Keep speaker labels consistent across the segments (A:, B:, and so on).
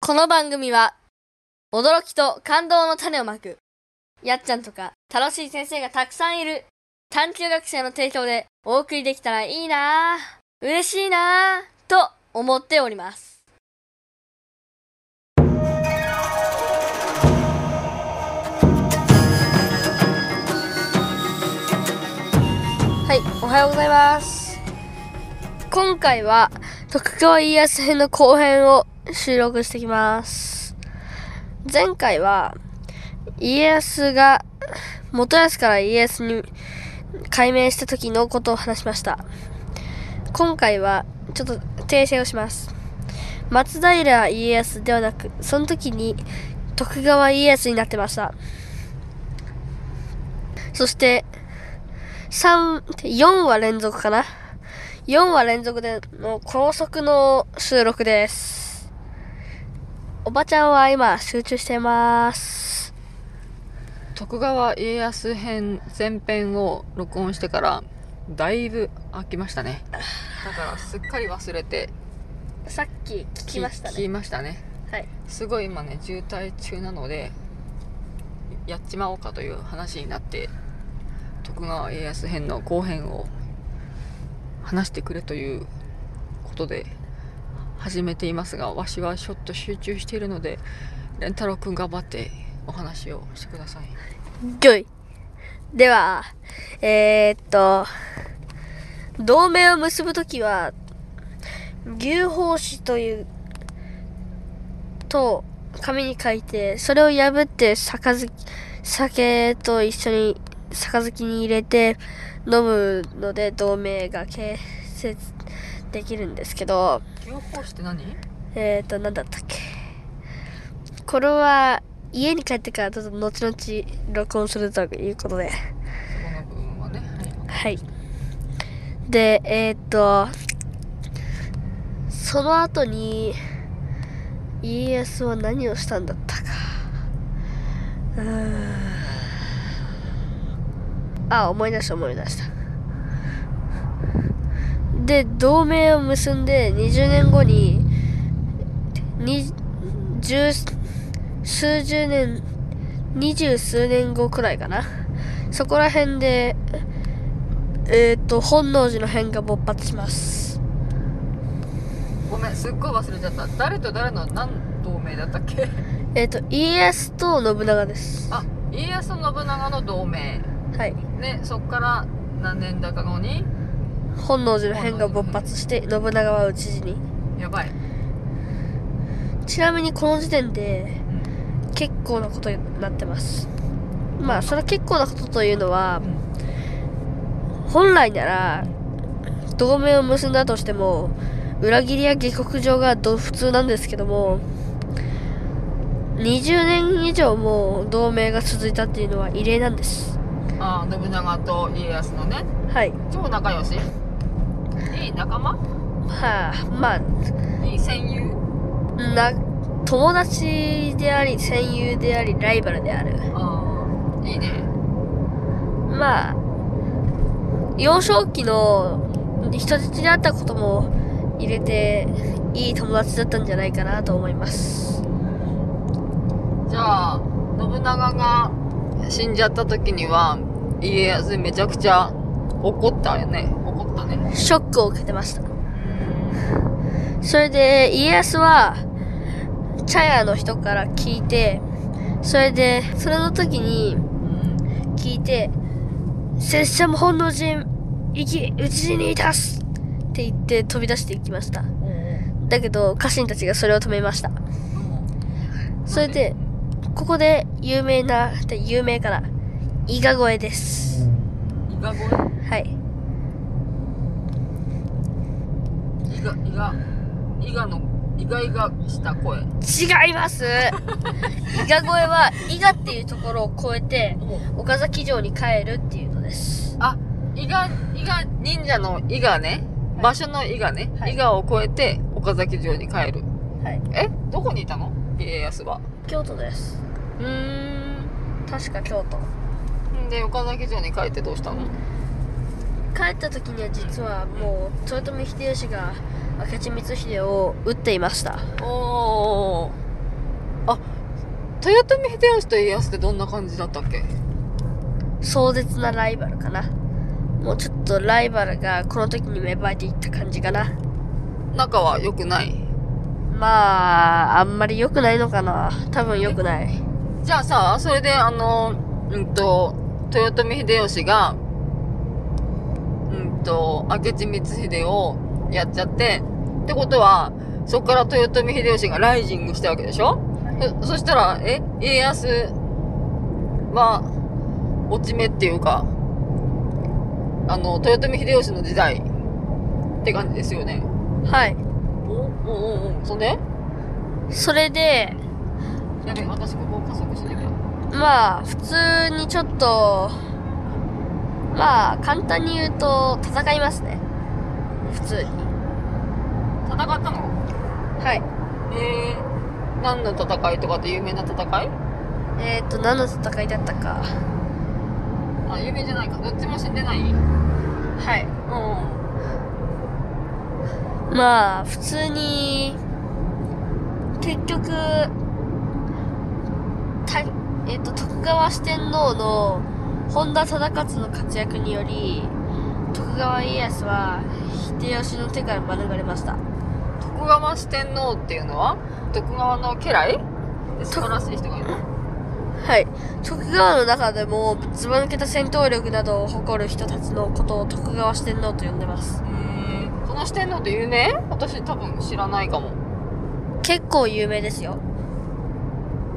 A: この番組は、驚きと感動の種をまく、やっちゃんとか楽しい先生がたくさんいる、探究学生の提供でお送りできたらいいなぁ、嬉しいなぁ、と思っております。はい、おはようございます。今回は、徳川家康編の後編を収録してきます。前回は、家康が、元康から家康に改名した時のことを話しました。今回は、ちょっと訂正をします。松平家康ではなく、その時に徳川家康になってました。そして、3、4話連続かな4話連続での高速の収録です。おばちゃんは今集中してます。
B: 徳川家康編前編を録音してからだいぶ空きましたねだからすっかり忘れて
A: さっき聞きました
B: 聞き
A: ね。
B: ましたね
A: はい。
B: すごい今ね渋滞中なのでやっちまおうかという話になって徳川家康編の後編を話してくれということで始めていますがわしはちょっと集中しているので蓮太郎くん頑張ってお話をしてください
A: ジョイ。では、えー、っと、同盟を結ぶときは、牛宝紙という、と、紙に書いて、それを破って、杯、酒と一緒に、杯に入れて飲むので、同盟が形成できるんですけど、
B: 牛宝紙って何
A: えーと、なんだったっけ。これは、家に帰ってからちょっと後々録音するということで。
B: そこの部分はね、
A: はい。で、えーっと、その後に、家康は何をしたんだったか。うーん。あ、思い出した思い出した。で、同盟を結んで20年後に、に十数十年、二十数年後くらいかな。そこら辺で、えーっ、と、本能寺の変が勃発します。
B: ごめんすっごい忘れちゃった誰と誰の何同盟だったっけ
A: えーっ、と、家康と信長です。
B: あ家康と信長の同盟
A: はい。
B: ねそっから何年だか後に
A: 本能寺の変が勃発して、信長は討ち死に。
B: やばい、
A: ちなみにこの時点で
B: うん
A: 結構なことになってます。まあ、その結構なことというのは、本来なら、同盟を結んだとしても、裏切りや下克上がど普通なんですけども、20年以上も同盟が続いたっていうのは異例なんです。
B: あ信長と家康のね
A: はい。
B: 超仲良しいい仲間
A: はあ、まあ、
B: いい戦友
A: な友達であり戦友でありライバルである
B: あーいいね
A: まあ幼少期の人質であったことも入れていい友達だったんじゃないかなと思います
B: じゃあ信長が死んじゃった時には家康めちゃくちゃ怒ったよね怒ったね
A: ショックを受けてましたそれで家康は茶屋の人から聞いてそれでそれの時に
B: うん
A: 聞いて「拙者も本能寺へ行き討ち死にいたす!」って言って飛び出していきましただけど家臣たちがそれを止めましたそれでここで有名なで有名からイガ越えです
B: イガゴイ
A: はい
B: ガイガイガのイガイガした声
A: 違いますイガ越えは伊賀っていうところを越えて岡崎城に帰るっていうのです
B: あイガイガ忍者のイガね
A: はい
B: 場所の伊賀ね、
A: はい
B: 伊賀を越えて岡崎城に帰る
A: はい
B: えどこにいたの家康は
A: 京都です
B: うー
A: 確か京都
B: んで岡崎城に帰ってどうしたの
A: 帰った時には実はもう豊臣秀吉が明智光秀を撃っていました
B: おおあ豊臣秀吉と家康ってどんな感じだったっけ
A: 壮絶なライバルかなもうちょっとライバルがこの時に芽生えていった感じかな
B: 仲は良くない
A: まああんまり良くないのかな多分良くない
B: じゃあさそれであのうんと豊臣秀吉がうんと明智光秀をやっちゃってってことはそこから豊臣秀吉がライジングしたわけでしょそそしたらえ家康は落ち目っていうかあの豊臣秀吉の時代って感じですよね
A: はい
B: おおおおそんで
A: それで
B: やべ私ここ加速しなきゃ
A: まあ普通にちょっとまあ簡単に言うと戦いますね普通に
B: 戦ったの
A: はい
B: えー、何の戦いとかって有名な戦い
A: えっ、ー、と何の戦いだったか
B: あ有名じゃないかどっちも死んでないうん
A: はい
B: は
A: まあ普通に結局た、えっと徳川四天王の本田忠勝の活躍により徳川家康は秀吉の手から免れました
B: 徳川四天王っていうのは徳川の家来で素晴らしい人がいるの
A: はい徳川の中でもずば抜けた戦闘力などを誇る人たちのことを徳川四天王と呼んでます
B: えー、その四天王って有名私多分知らないかも
A: 結構有名ですよ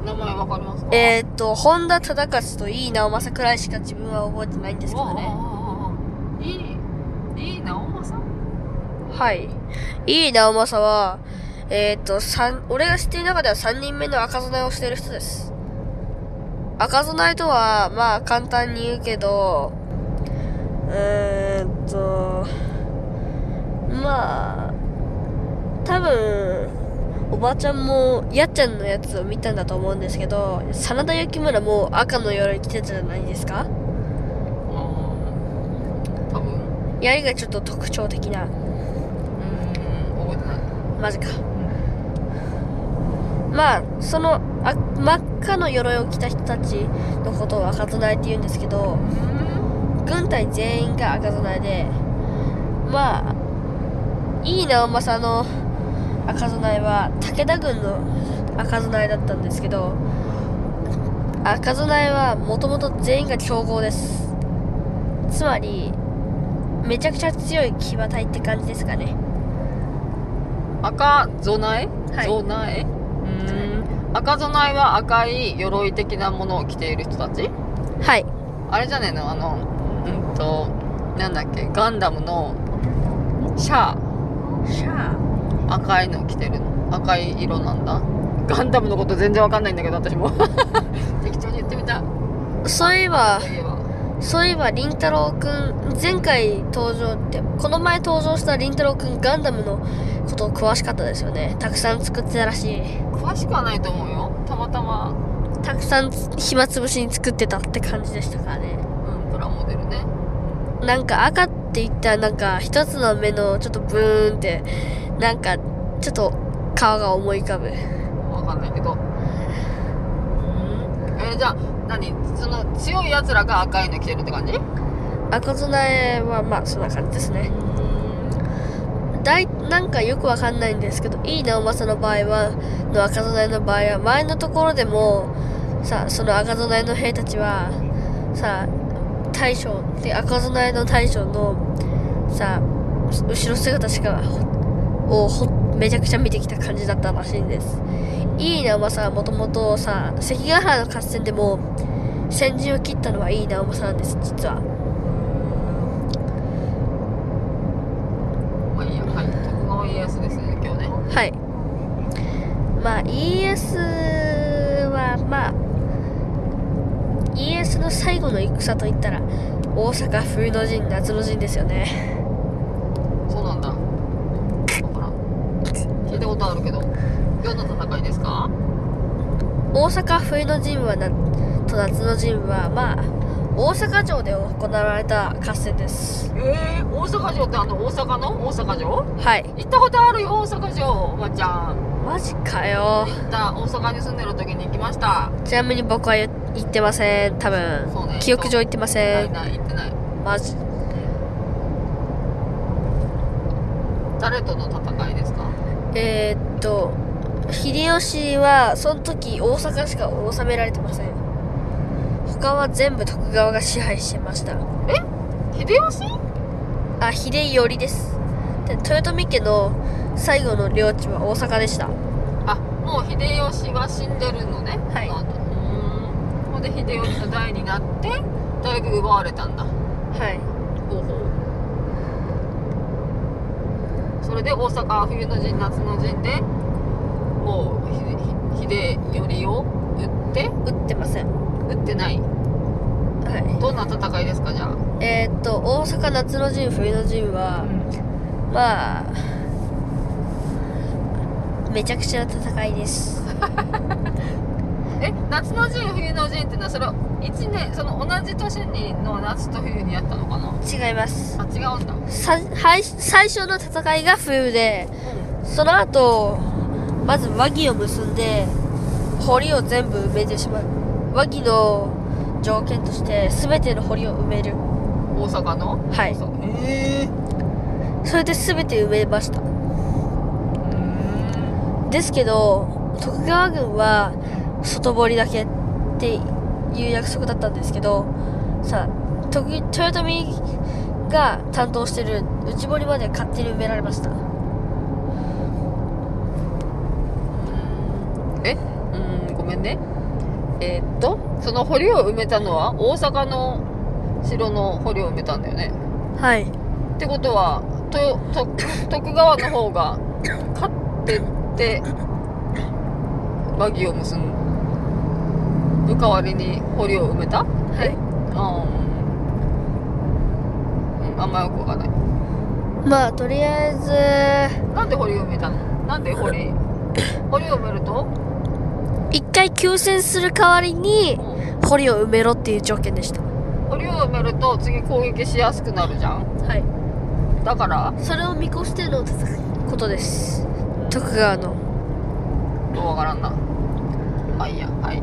B: 名前わかりますか
A: えっ、と本田忠勝と井伊直政くらいしか自分は覚えてないんですけどね
B: ねいいいい直政
A: はい。いい直政は、えっ、と、三、俺が知っている中では3人目の赤備えをしている人です。赤備えとは、まあ簡単に言うけど、えー、っと、まあ、多分、おばあちゃんも、やっちゃんのやつを見たんだと思うんですけど、真田幸村も赤の鎧着てたじゃないですか
B: うん多分
A: 槍がちょっと特徴的な。
B: うん覚えてない
A: マジか。まあそのあ真っ赤の鎧を着た人たちのことを赤備えって言うんですけど
B: うん
A: 軍隊全員が赤備えでまあいい直政の赤備えは武田軍の赤備えだったんですけど赤備えはもともと全員が強豪ですつまりめちゃくちゃ強い騎馬隊って感じですかね
B: 赤備え、
A: はい
B: 備えうん赤備えは赤い鎧的なものを着ている人たち
A: はい
B: あれじゃねえのあのうんとなんだっけガンダムのシャア
A: シャー
B: 赤いの着てるの赤い色なんだガンダムのこと全然わかんないんだけど私 も適当に言ってみた
A: そういえば
B: そういえば
A: そういえば、りんたろうくん、前回登場って、この前登場したりんたろうくん、ガンダムのことを詳しかったですよね。たくさん作ってたらしい。
B: 詳しくはないと思うよたまたま
A: たくさんつ暇つぶしに作ってたって感じでしたからね。
B: うんプラモデルね
A: なんか赤って言ったら、なんか一つの目のちょっとブーンって、なんかちょっと顔が思い浮かぶ。
B: わかんないけど。えーじゃあ、何その強い奴らが赤いの着てるって感じ
A: 赤備えはまあそんな感じですね。だいなんかよくわかんないんですけどいい直政の場合はの赤備えの場合は前のところでもさその赤備えの兵たちはさ大将で赤備えの大将のさ後ろ姿しかをほめちゃくちゃ見てきた感じだったらしいんですいい直政はもともとさ関ヶ原の合戦でも先陣を切ったのはいい直政なんです実は
B: まあいいや、はい。徳川家康ですね、今日ね。
A: はい。まあ、ES は、まあ、ES の最後の戦といったら、大阪冬の陣、夏の陣ですよね。
B: そうなんだ。わからん。聞いたことあるけど。どんな戦いですか
A: 大阪冬の陣はな、と夏の陣は、まあ、大阪城で行われた合戦です
B: えー、大阪城ってあの大阪の大阪城
A: はい
B: 行ったことあるよ大阪城おばちゃん
A: マジかよ
B: 行った大阪に住んでる時に行きました
A: ちなみに僕は言言ってません多分
B: そうね
A: 記憶上言ってま
B: な
A: せ
B: い
A: ん
B: ない行ってない
A: マジ
B: 誰との戦いですか
A: えー、っと秀吉はその時大阪しか治められてません他は全部徳川が支配してました
B: 秀吉
A: あ秀頼ですで豊臣家の最後の領地は大阪でした
B: あもう秀吉は死んでるのね
A: はい
B: その後うーんほんで秀吉の代になって大学奪われたんだ
A: はい
B: ほうほうそれで大阪は冬の陣夏の陣でもうひひ秀頼を撃って
A: 打ってません
B: 撃ってない
A: は
B: どんな戦いですかじゃあ、
A: いえー、っと大阪夏の陣冬の陣はまあめちゃくちゃな戦いです
B: え夏の陣冬の陣ってのはそれは一年その同じ年にの夏と冬にやったのかな
A: 違います
B: あ違うんだ、
A: さはい最初の戦いが冬でその後まず和議を結んで堀を全部埋めてしまう和議の条件として全ての堀を埋める
B: 大阪の
A: はい
B: そうへえ
A: それで全て埋めましたですけど徳川軍は外堀だけっていう約束だったんですけどさあ徳豊臣が担当してる内堀まで勝手に埋められました
B: えうんごめんねえーっとその堀を埋めたのは大阪の城の堀を埋めたんだよね
A: はい
B: ってことはとと徳川の方が勝ってって和議を結ぶ代わりに堀を埋めた
A: はい
B: あーうんあんまよくわかんない
A: まあとりあえず
B: なんで堀を埋めたのなんで堀 堀を埋めると、
A: 一回休戦する代わりに
B: うん
A: 堀を埋めろっていう条件でした
B: 堀を埋めると次攻撃しやすくなるじゃん
A: はい
B: だから
A: それを見越してのことです徳川の
B: どうわからんなまあいいやはい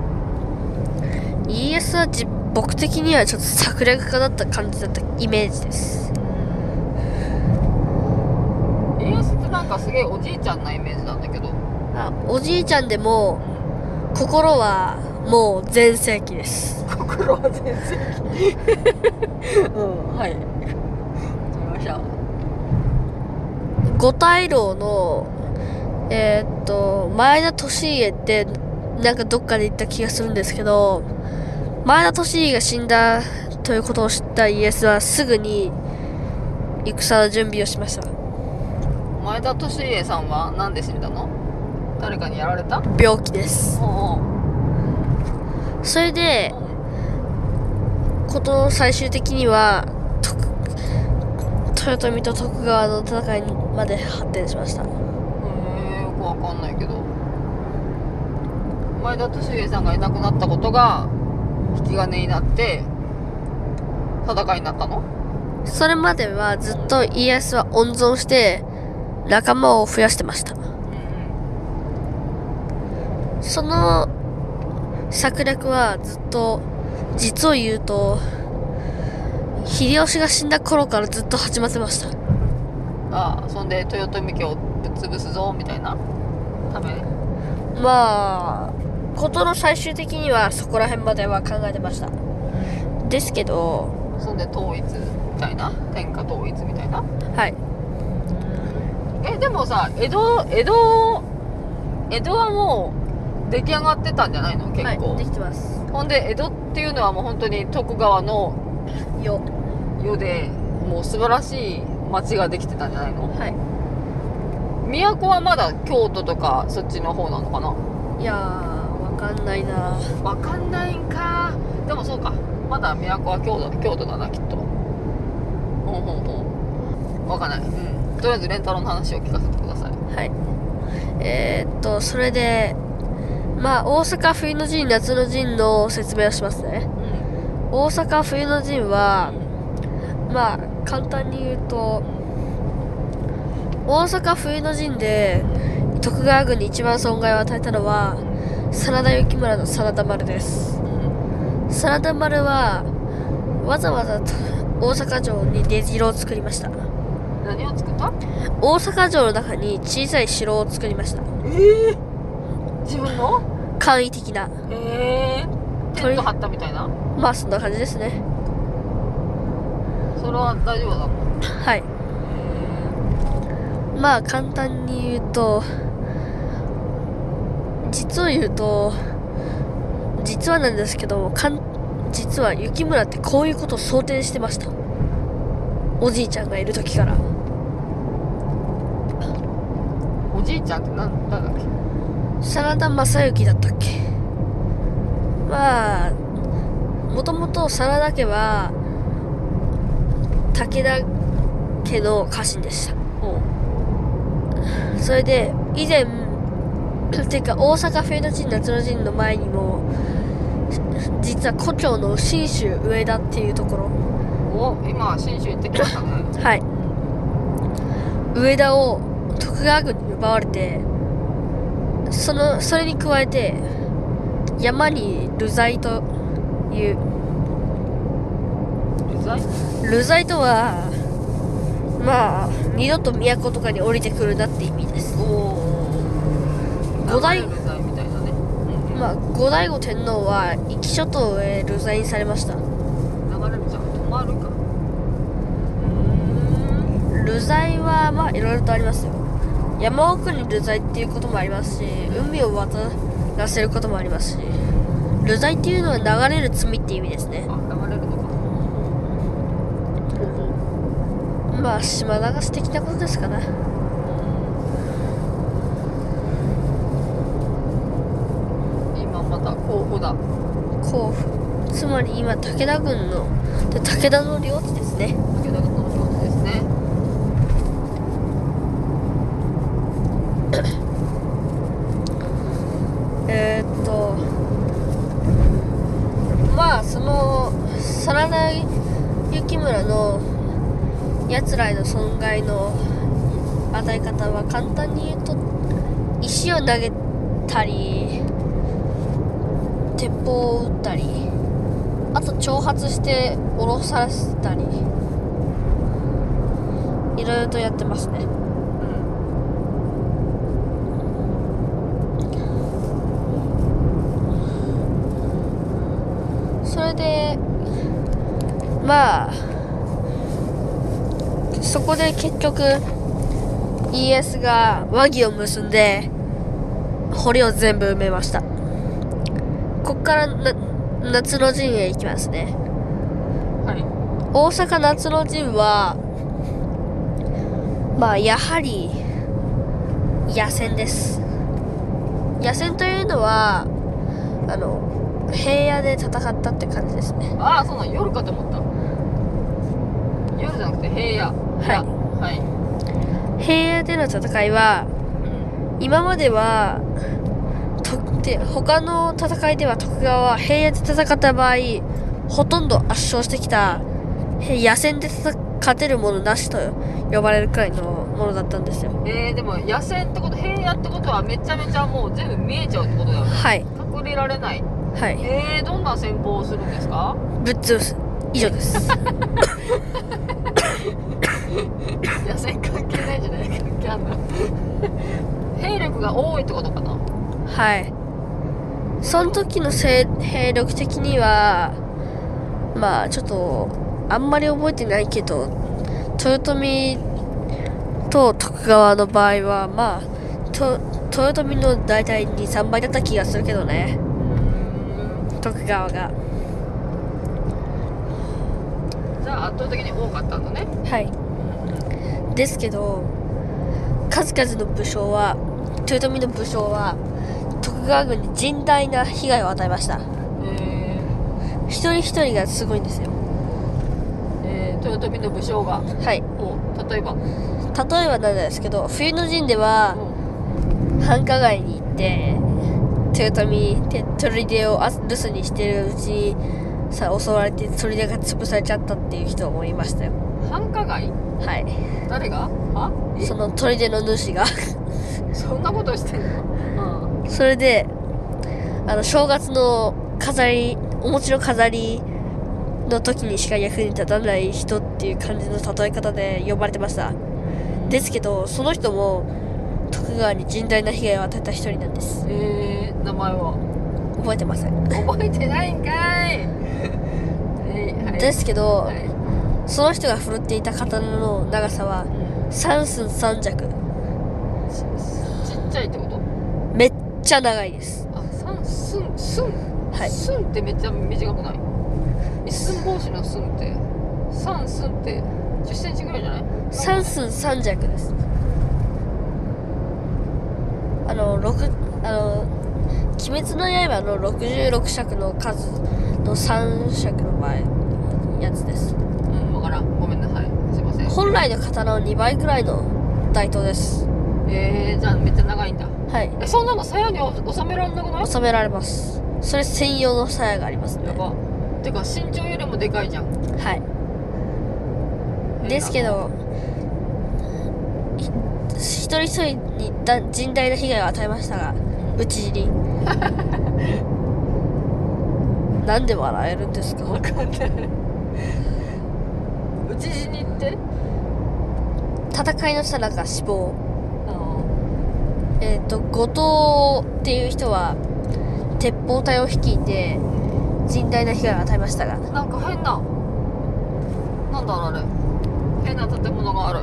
A: 家康はじ僕的にはちょっと策略家だった感じだったイメージです
B: 家康ってなんかすげえおじいちゃんなイメージなんだけど
A: あおじいちゃんでも心はもう全盛期です
B: 心は全盛期うんはいわかりました
A: 五大老のえーっと前田利家ってなんかどっかで言った気がするんですけど前田利家が死んだということを知った家康はすぐに戦の準備をしました
B: 前田利家さんはなんで死んだの誰かにやられた
A: 病気です
B: おう
A: それで
B: おう
A: ことの最終的には徳豊臣と徳川の戦いにまで発展しました
B: えー、よくわかんないけど前田利家さんがいなくなったことが引き金になって戦いになったの
A: それまではずっと家康は温存して仲間を増やしてました
B: うん
A: その策略はずっと実を言うと秀吉が死んだ頃からずっと始まってました
B: ああそんで豊臣家をぶっ潰すぞみたいなため
A: まあことの最終的にはそこら辺までは考えてましたですけど
B: そんで統一みたいな天下統一みたいな
A: はい
B: えでもさ江戸江戸江戸はもう出来上がってたんじゃないの結構、
A: はい、できてます
B: ほんで江戸っていうのはもう本当に徳川の
A: よ
B: 世でもう素晴らしい町ができてたんじゃないの
A: はい
B: 都はまだ京都とかそっちの方なのかない
A: やーわかんないな
B: わかんないんかでもそうかまだ都は京都京都だなきっとほんほんほんわかんないうんとりあえずレンタロの話を聞かせてください
A: はいえー、っとそれでまあ大阪冬の陣夏の陣の説明をしますね
B: うん
A: 大阪冬の陣はまあ簡単に言うと大阪冬の陣で徳川軍に一番損害を与えたのは真田幸村の真田丸です真田丸はわざわざと大阪城に出城を作りました
B: 何を作っ
A: 大
B: た
A: 阪城の中に小さい城を作りました
B: ええ自分の
A: 簡易的な
B: ええテント張ったみたいな
A: まあそんな感じですね
B: それは大丈夫だもん
A: はい
B: え
A: まあ簡単に言うと実を言うと実はなんですけどかん実は雪村ってこういうことを想定してましたおじいちゃんがいる時から
B: えおじいちゃんって何誰だっけ
A: 真田正幸だったっけまあもともと真田家は武田家の家臣でした
B: おう
A: それで以前てか大阪フェイド陣夏の陣の前にも実は故郷の信州上田っていうところ
B: お今信州行ってきましたね
A: はい上田を徳川軍に奪われてそのそれに加えて山に流罪という
B: うざい
A: 流罪とはまあ二度と都とかに降りてくるなって意味です
B: おお
A: 五代
B: うざいみたいなね、うん
A: まあ後醍醐天皇は壱岐諸島へ流罪されました
B: 流れるじゃん止まるか
A: 流罪はまあいろいろとありますよ山奥に流罪っていうこともありますし海を渡らせることもありますし流罪っていうのは流れる罪って意味ですね
B: あ流れるのかほうほう
A: まあ島流し的なことですかね
B: 今また候補だ
A: 甲府つまり今武田軍ので武田の領地ですね
B: 武田軍の表ですね
A: えー、っとまあその真田幸村のやつらへの損害の与え方は簡単に言うと石を投げたり鉄砲を撃ったりあと挑発して降ろさせたりいろいろとやってますね
B: うん
A: それでまあそこで結局家康が和議を結んで堀を全部埋めましたこっからな夏の陣へ行きますね
B: はい
A: 大阪夏の陣はまあやはり野戦です野戦というのはあの平野で戦ったって感じですね
B: ああそうなん夜かと思った夜じゃなくて平野
A: はい
B: はい、
A: 平野での戦いは
B: うん、
A: 今まではとで他の戦いでは徳川は平野で戦った場合ほとんど圧勝してきた野戦で戦勝てるものなしと呼ばれるくらいのものだったんですよ
B: えー、でも野戦ってこと平野ってことはめちゃめちゃもう全部見えちゃうってことだよね
A: はい
B: 隠れられない
A: はい
B: えー、どんな戦法をするんですか
A: ぶっ潰す以上です
B: 野戦関係ないじゃない関係あんな兵力が多いってことかな
A: はいその時のせい兵力的にはまあちょっとあんまり覚えてないけど豊臣と徳川の場合はまあと豊臣の大体23倍だった気がするけどね
B: うー
A: 徳川が
B: んじゃあ圧倒的に多かったんだね
A: はいですけど数々の武将は豊臣の武将は徳川軍に甚大な被害を与えました
B: え
A: 一人一人がすごいんですよ
B: ーえー、豊臣の武将が
A: はい
B: お例えば
A: 例えばなんですけど冬の陣では繁華街に行って豊臣手取り出をあ留守にしてるうちにさ襲われて砦が潰されちゃったっていう人もいましたよ
B: 繁華街
A: はい
B: 誰があ
A: その砦の主が
B: そんなことしてんの
A: それであの正月の飾りお餅の飾りの時にしか役に立たない人っていう感じの例え方で呼ばれてました
B: うん
A: ですけどその人も徳川に甚大な被害を与えた一人なんです
B: えー、名前は
A: 覚えてません
B: 覚えてないんかいはいはい
A: ですけど、
B: はい
A: その人が振るっていた刀の長さは
B: うん
A: 3寸3尺
B: ちちっちゃいってこと
A: めっちゃ長いです
B: あ三寸寸
A: はい
B: 寸ってめっちゃ短くない一寸帽子の寸って三寸って10センチぐらいじゃない
A: 3寸3尺ですあの6あの「鬼滅の刃」の66尺の数の3尺の場合やつです
B: うんわからんごめんなさいすいません
A: 本来の刀の2倍ぐらいの大刀です
B: えー、じゃあめっちゃ長いんだ
A: はい
B: えそんなの鞘にお収められなくない
A: 収められますそれ専用の鞘がありますね
B: やばてか身長よりもでかいじゃん
A: はいですけどい一人一人にだ甚大な被害を与えましたが
B: うん
A: 討ち死になんで笑えるんですか
B: わかんない討ち死にって
A: 戦いのさなか死亡
B: あ
A: えっ、と後藤っていう人は鉄砲隊を率いて甚大な被害を与えましたが
B: ーなんか変ななんだろうあれ変な建物がある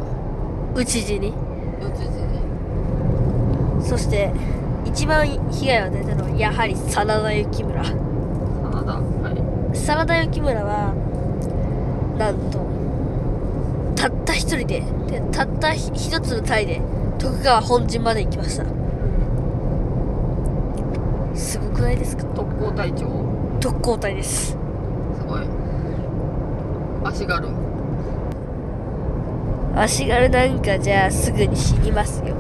A: 討ち死に
B: 討ち死に
A: そして一番被害を出たのはやはり真田幸村
B: 真田はい
A: 真田幸村はなんとたった一人ででたったひ一つの隊で徳川本陣まで行きましたすごくないですか
B: 特攻隊長
A: 特攻隊です
B: すごい足軽
A: 足軽なんかじゃあすぐに死にますよ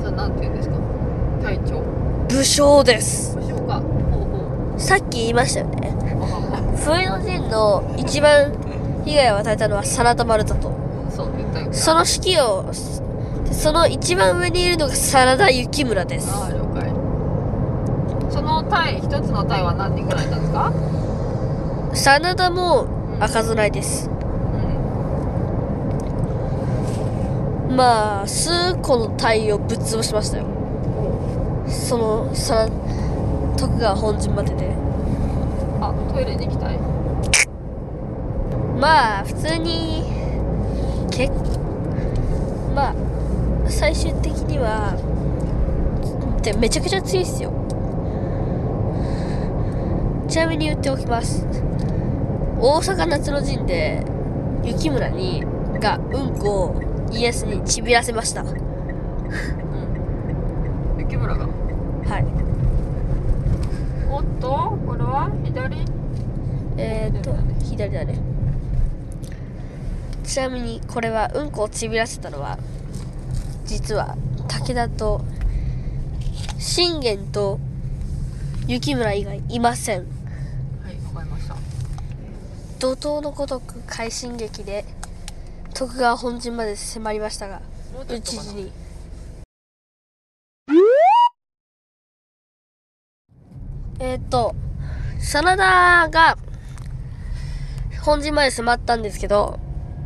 B: それなんて言うんですか隊長
A: 武将です
B: 武将かほうほ
A: さっき言いましたよね
B: うわかんない
A: 笛の陣の一番被害を与えたのは真田丸太と
B: そう言ったよ
A: その指揮をその一番上にいるのが真田幸村です
B: ああ了解その隊一つの隊は何人ぐらいいたんですか
A: 真田も赤備えです
B: うん
A: まあ数個の隊をぶっ潰しましたよそのさ徳川本陣までで
B: あトイレに行きたい
A: まあ普通にけまあ最終的にはでめちゃくちゃ強いっすよちなみに言っておきます大阪夏の陣で雪村にがうんこを家康にちびらせましたは
B: うん雪村が
A: い
B: おっとこれは左
A: えー、っと左だねちなみにこれはうんこをちびらせたのは実は武田と信玄と雪村以外いません
B: はいわかりました
A: 怒涛のごとく快進撃で徳川本陣まで迫りましたが
B: もうちょっ
A: 討
B: と
A: ち
B: かな
A: 死にえーっと真田が本陣まで迫ったんですけど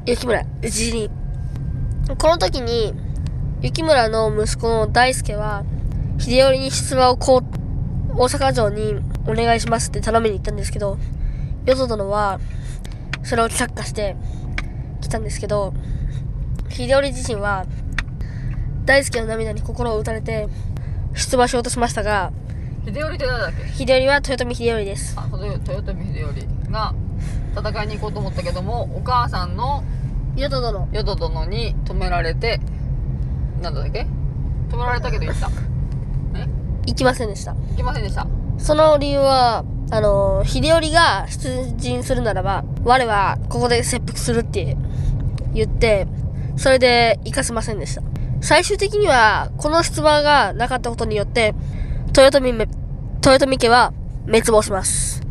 A: 雪村討ち死にこの時に雪村の息子の大輔は秀頼に出馬をこう大阪城にお願いしますって頼みに行ったんですけどよそ殿はそれを却下して来たんですけど秀頼自身は大輔の涙に心を打たれて出馬しようとしましたが
B: 秀頼って誰だっけ
A: 秀頼は豊臣秀頼です
B: あほど豊臣秀頼が戦いに行こうと思ったけどもお母さんの
A: 淀殿
B: 淀殿に止められてなんだっけ止められたけど行った
A: 行きませんでした
B: 行きませんでした
A: その理由はあの秀頼が出陣するならば我はここで切腹するって言ってそれで行かせませんでした最終的にはこの出馬がなかったことによって豊臣め豊臣家は滅亡します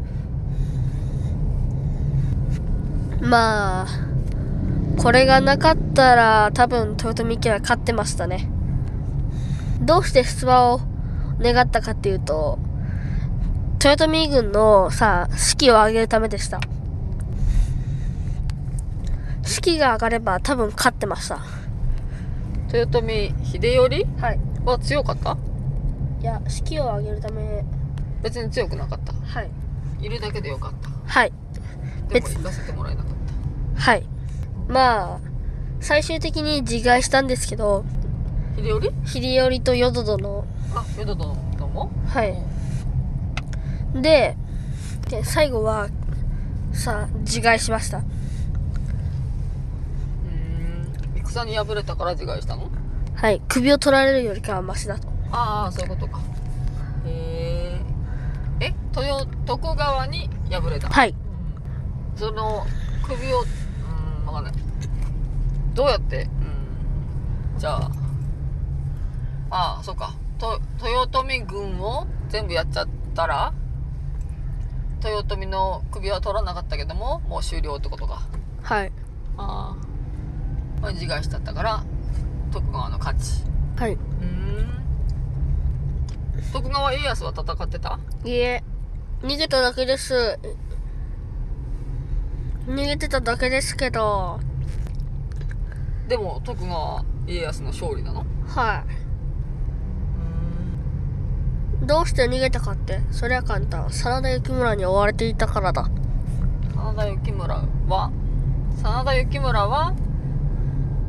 A: まあこれがなかったら多分豊臣家は勝ってましたねどうして出馬を願ったかっていうと豊臣軍のさ士気を上げるためでした士気が上がれば多分勝ってました
B: 豊臣秀頼
A: はい
B: は強かった
A: いや士気を上げるため
B: 別に強くなかった
A: はい
B: いるだけでよかった
A: はい
B: でも
A: 別
B: 行かせてもらえなかっ
A: はいまあ最終的に自害したんですけど
B: た秀頼
A: 秀頼と淀殿の
B: あヨド殿も
A: はい。で、で最後は、さ、自害しました。
B: うーん戦に敗れたから自害したの
A: はい。首を取られるよりかはマシだと。
B: ああそういうことかへええ豊徳川に敗れた
A: はい。
B: その首をうん分かんないどうやってうんじゃあああそうかと豊臣軍を全部やっちゃったら豊臣の首は取らなかったけどももう終了ってことか
A: はい。
B: ああまあ自害しちゃったから徳川の勝ち
A: はい。
B: うん徳川家康は戦ってた
A: いいえ、逃げただけです。逃げてただけですけど、
B: でも徳川家康の勝利なの
A: は
B: うん
A: い。どうして逃げたかって、そりゃ簡単。真田幸村に追われていたからだ。
B: 真田幸村は真田幸村は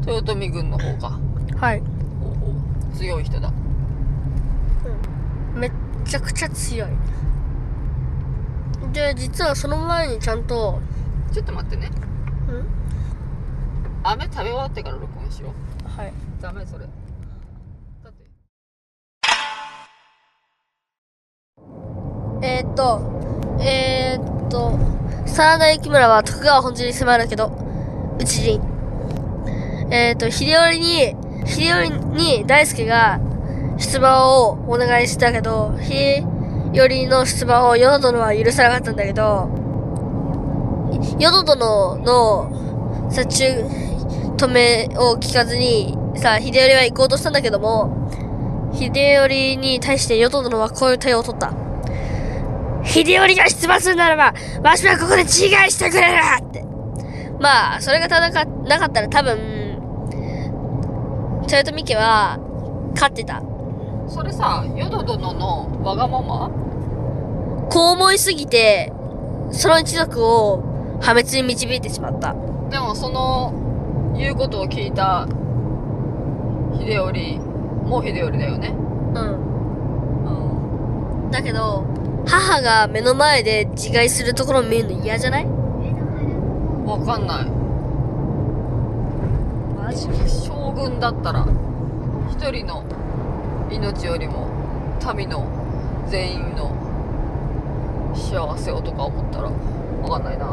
B: 豊臣軍の方か
A: はい。
B: ほうほう強い人だ
A: めっちゃくちゃ強い。で、実はその前にちゃんと、
B: ちょっと待ってね
A: ん
B: 飴食べ終わってから録音しよう
A: はい。
B: ダメそれだって
A: えー、っと、えー、っと、真田幸村は徳川本陣に迫るけど、討ちに。えー、っと、秀頼に、秀頼に大輔が出馬をお願いしたけど、秀頼の出馬を淀殿は許さなかったんだけど、淀殿の殺虫止めを聞かずに、さ、秀頼は行こうとしたんだけども、秀頼に対して淀殿はこういう対応を取った。秀頼が出馬するならば、わしはここで自害してくれるって。まあ、それが戦っなかったら多分、豊臣家は勝ってた。
B: それさ淀殿のわがまま
A: こう思いすぎて、その一族を破滅に導いてしまった。
B: でもその言うことを聞いた秀頼もう秀頼だよね
A: う
B: うん
A: ん。だけど、母が目の前で自害するところを見るの嫌じゃない
B: わかんない
A: マ
B: 将軍だったら一人の命よりも民の全員の幸せをとか思ったらわかんないな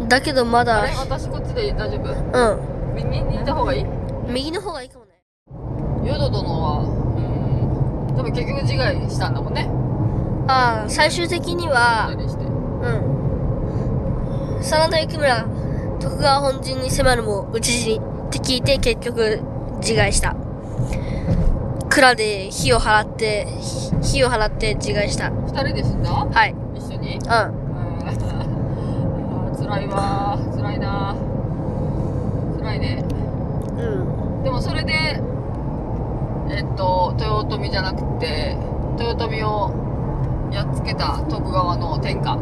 A: うん。だけどま
B: あ
A: だ
B: れ、私こっちで大丈夫
A: う
B: 右にいた方がいい
A: ん。右の方がいいかもね。
B: 淀殿はうんでも結局自害したんだもんね
A: ああ、最終的には、
B: 二人して
A: うん。真田幸村、徳川本陣に迫るも討ち死にって聞いて結局自害した。蔵で火を払って、ひ火を払って自害した。
B: 二人で死んだ
A: はい。
B: 一緒に
A: う
B: うん あー辛いわー辛いなー辛いね
A: ん。うん。
B: でもそれでえっと豊臣じゃなくて豊臣をやっつけた徳川の天下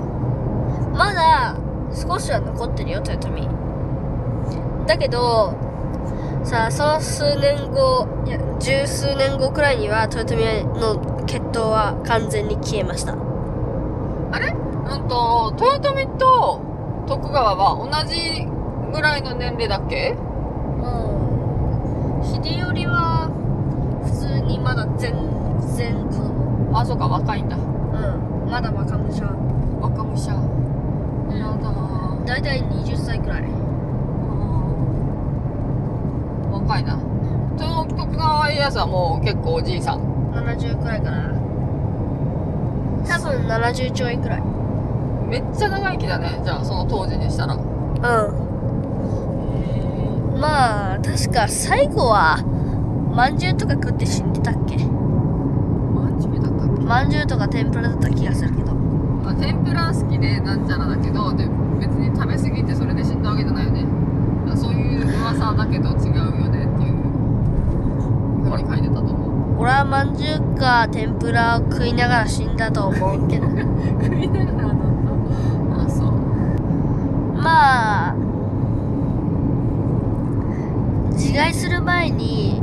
A: まだ少しは残ってるよ、豊臣。だけど、さあ、その数年後、いや、十数年後くらいには豊臣の血統は完全に消えました。
B: あれうんと豊臣と徳川は同じぐらいの年齢だっけ
A: もう秀頼は普通にまだ全然子供
B: あそうか若いんだ
A: うんまだ若者
B: 若武者やだー
A: だいたい20歳くらい
B: うん若いなと徳川家康はもう結構おじいさん
A: 70くらいかな多分70ちょいくらい
B: めっちゃ長生きだねじゃあその当時にしたら
A: うんまあ確か最後はまんじゅうとか食って死んでたっけ
B: まんじゅうだったっけ
A: まんじゅうとか天ぷらだった気がするけど
B: あ天ぷら好きでなんちゃらだけどで別に食べ過ぎてそれで死んだわけじゃないよねだからそういう噂だけど違うよねっていうふうに書いてたと思う
A: 俺はまんじゅうか天ぷらを食いながら死んだと思うけど
B: 食いながらなんだあそう
A: まあ自害する前に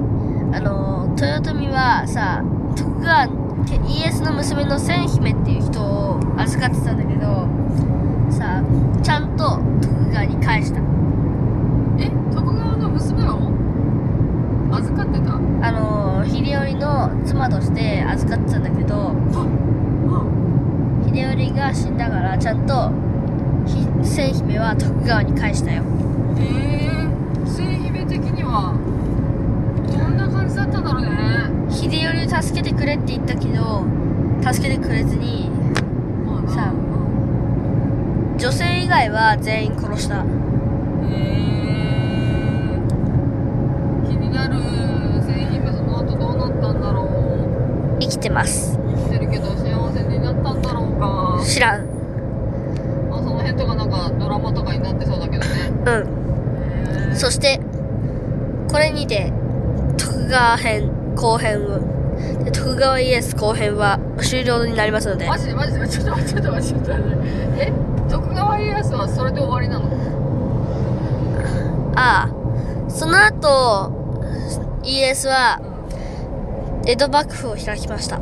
A: あの豊臣はさ徳川家家康の娘の千姫っていう人を預かってたんだけどさちゃんと徳川に返した
B: え徳川の娘を預かってたあ
A: あの秀頼の妻として預かってたんだけど秀頼が死んだからちゃんとひ千姫は徳川に返したよ
B: へえ末姫的にはどんな感じだったんだろうね
A: 秀頼を助けてくれって言ったけど助けてくれずに
B: まあな
A: さ女性以外は全員殺した
B: えー気になる製品がその後どうなったんだろう
A: 生きてます
B: 生きてるけど幸せになったんだろうか、
A: 知らん
B: まあ、その辺とかなんかドラマとかになってそうだけどね
A: うん
B: へ ー
A: そしてこれにて徳川編後編をで徳川家康後編は終了になりますので
B: マジでマジでちょっと待ってちょっと待ってちょっと待ってえ徳川家康はそれで終わりなの
A: ああその後家康は江戸幕府を開きました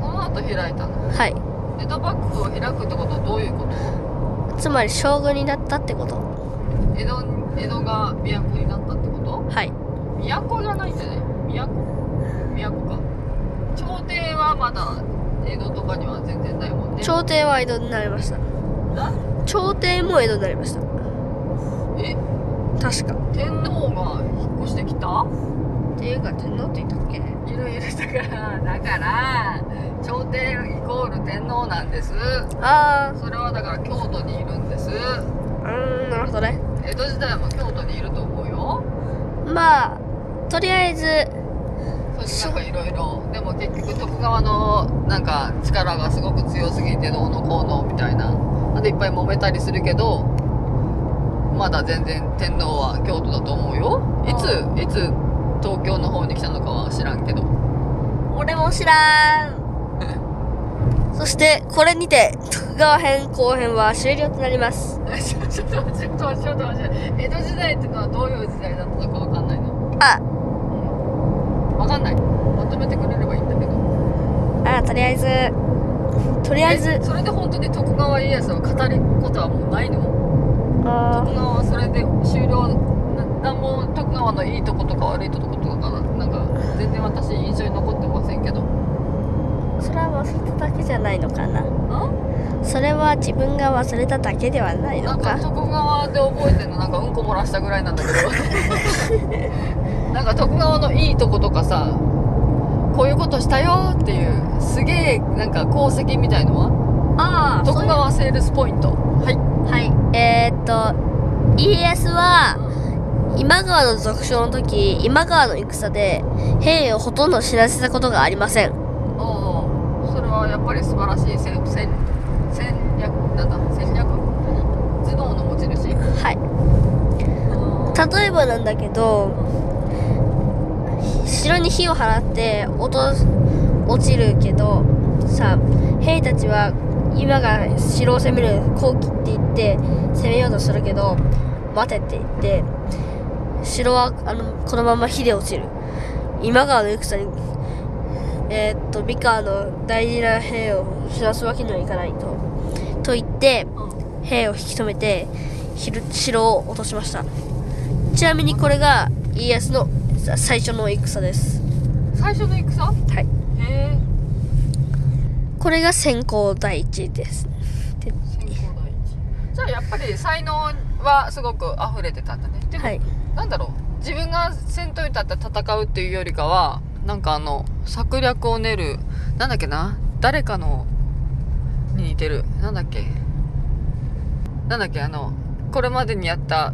B: その後開いたの
A: はい
B: 江戸幕府を開くってことはどういうこと
A: つまり将軍になったってこと
B: 江戸江戸が都になったってこと
A: はい
B: 都じゃないんじゃない都都か朝廷はまだ江戸とかには全然ないもんね
A: 朝廷は江戸になりました
B: な
A: 朝廷も江戸になりました
B: え
A: 確か
B: 天皇が引っ越してきた
A: っていうか天皇って言ったっけ
B: いろいろだからだから朝廷イコール天皇なんです
A: あ
B: それはだから京都にいるんです
A: あうーんなるほどね
B: 江戸時代も京都にいると思うよ
A: まあとりあえず
B: そしてなんかいろいろでも結局徳川のなんか力がすごく強すぎてどうのこうのみたいなあといっぱい揉めたりするけどまだ全然天皇は京都だと思うよいついつ東京の方に来たのかは知らんけど
A: 俺も知らん そしてこれにて徳川編後編は終了となります
B: えちょ ちょっと待ってちょっと待ってちょっと待って江戸時代ってのはどういう時代だったのかわかんないの
A: あ
B: わかんないまとめてくれればいいんだけど
A: あとりあえずとりあえず
B: えそれで本当に徳川家康を語ることはもうないの
A: あー
B: 徳川はそれで終了ななんも徳川のいいとことか悪いとことかなんか全然私印象に残ってませんけどん
A: それは忘れただけじゃないのかなそれは自分が忘れただけではない
B: な
A: の
B: んか
A: か
B: 徳川で覚えてるのなんかうんこ漏らしたぐらいなんだけ どなんか徳川のいいとことかさこういうことしたよっていうすげえなんか功績みたいのは
A: あ
B: 徳川セールスポイントはい
A: はいえー、っと家康は今川の俗称の時今川の戦で兵をほとんど死なせたことがありません
B: おーそれはやっぱり素晴らしい戦戦戦略なんだ戦略頭脳の持ち主
A: はい例えばなんだけど城に火を放って落と落ちるけどさ兵たちは今が城を攻める後期って言って攻めようとするけど待てって言って城はあのこのまま火で落ちる今川の戦にえーっと三河の大事な兵を死なすわけにはいかないとと言って兵を引き止めてひる城を落としましたちなみにこれが家康のさ最初の戦です
B: 最初の戦へ
A: はい
B: え
A: これが先行第一ですで
B: 先行第一じゃあやっぱり才能はすごく溢れてたんだねでも、
A: はい
B: なんだろう自分が先頭に立って戦うっていうよりかはなんかあの策略を練るなんだっけな誰かのに似てるなんだっけなんだっけあのこれまでにやった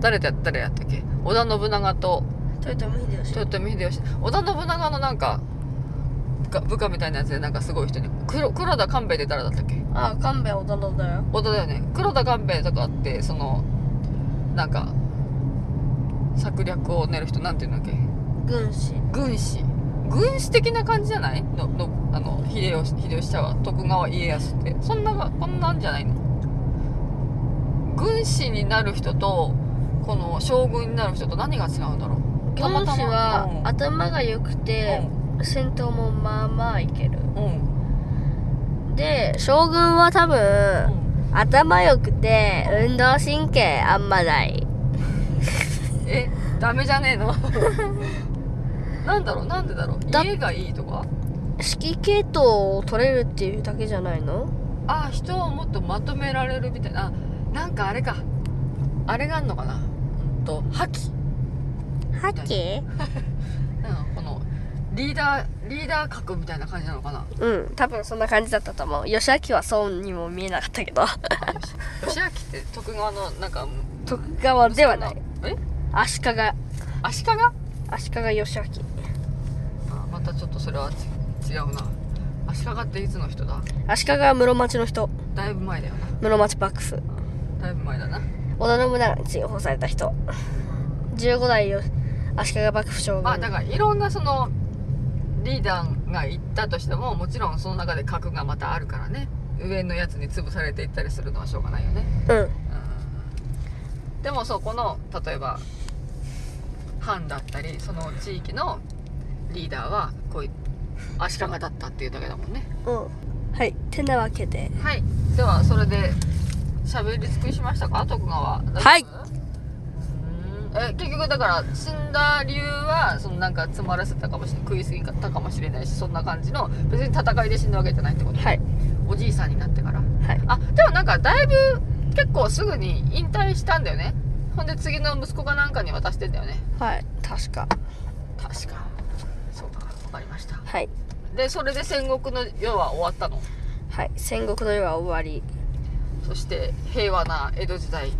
B: 誰とやった誰やったっけ織田信長と
A: 豊臣秀吉
B: 豊臣秀吉織田信長のなんか部下部下みたいなやつでなんかすごい人に黒黒田勘兵衛って誰だったっけ
A: あ勘兵衛織田信長よ
B: 織田だよね黒田勘兵衛とかってそのなんか策略を練る人なんていうんだっけ
A: 軍師
B: 軍師軍師的な感じじゃないののあの秀吉秀吉茶は徳川家康ってそんながこんなんじゃないの軍師になる人とこの将軍になる人と何が違うんだろうたま
A: 軍
B: たま
A: 師は
B: うん
A: 頭が良くて戦闘もまあまあいける
B: うんうん
A: で将軍は多分頭良くて運動神経あんまない
B: えダメじゃねえの なんだろうなんでだろう
A: だ
B: 家がいいとか
A: 指揮系統を取れるっていうだけじゃないの
B: ああ人をもっとまとめられるみたいなあなんかあれかあれがあんのかなうんと覇気
A: 覇
B: 気なんかこのリーダーリーダー格みたいな感じなのかな
A: うん多分そんな感じだったと思う義明はそうにも見えなかったけど
B: 吉明って徳川のなんか
A: 徳川ではない
B: え
A: 足利
B: 足利あ
A: 足利義明
B: またちょっとそれはち違うな足利っていつの人だ
A: 足利は室町の人
B: だいぶ前だよな
A: 室町幕府
B: だいぶ前だな
A: 織田信長に追放された人15代よ足利幕府将軍
B: あだからいろんなそのリーダーが行ったとしてももちろんその中で格がまたあるからね上のやつに潰されていったりするのはしょうがないよね、
A: うん
B: うん、でもそうこの例えば藩だったりその地域のリーダーはこういう足利だったっていうだけだもんね
A: うんはいてなわけで
B: はいではそれで喋り尽くしましたか徳川
A: はいう
B: ーんえ結局だから死んだ理由はそのなんか詰まらせたかもしれない食いすぎたかもしれないしそんな感じの別に戦いで死んだわけじゃないってこと、
A: はい
B: おじいさんになってから
A: はい
B: あでもなんかだいぶ結構すぐに引退したんだよねほんで次の息子かなんかに渡してんだよね
A: はい確か
B: 確かそうか分かりました
A: はい
B: でそれで戦国の世は終わったの
A: はい戦国の世は終わり
B: そして平和な江戸時代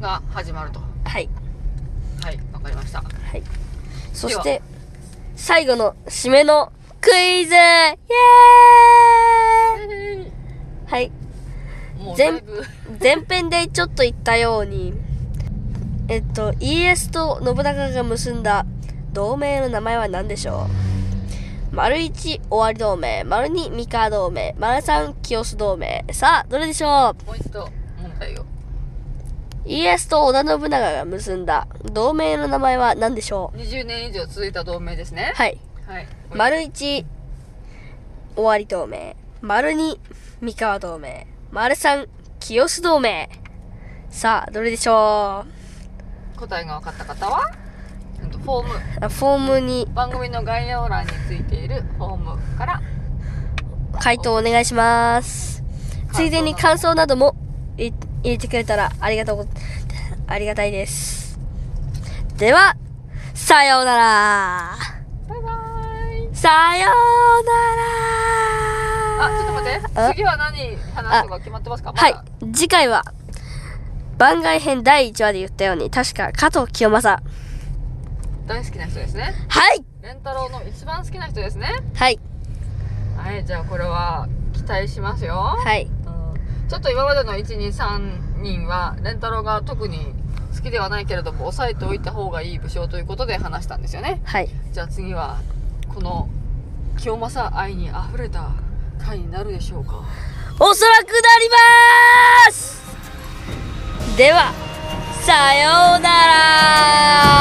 B: が始まると
A: はい
B: はいわかりました
A: はいそして最後の締めのクイズイエーイはい
B: もうだ
A: 全
B: いぶ
A: 前編でちょっと言ったようにえっと家康と信長が結んだ同盟の名前は何でしょう丸一尾張同盟丸二三河同盟丸三清須同盟さあどれでしょう
B: もう一度問題を
A: 家康と織田信長が結んだ同盟の名前は何でしょ
B: 20年以上続いた同盟ですね
A: うはい
B: はい
A: 丸一尾張同盟丸二三河同盟丸三清須同盟さあどれでしょう
B: 答えが分かった方はうんとフォーム
A: あフォームに
B: 番組の概要欄についているフォームから
A: 回答お願いします。ついでに感想などもい入れてくれたらありがとうご、ありがたいです。では、さようなら
B: バイバーイ
A: さような
B: あ
A: ら
B: ちょっと待って
A: あ
B: 次は何話すか決まってますかまだ
A: はい、次回は、番外編第1話で言ったように、確か加藤清正。
B: 大好きな人ですね
A: はい
B: レンタロウの一番好きな人ですね
A: はい、
B: はいじゃあこれは期待しますよ
A: はい、
B: うんちょっと今までの123人はレンタロウが特に好きではないけれども抑えておいた方がいい武将ということで話したんですよね
A: はい、
B: じゃあ次はこの清正愛にあふれた回になるでしょうか
A: おそらくなりますでは、さようなら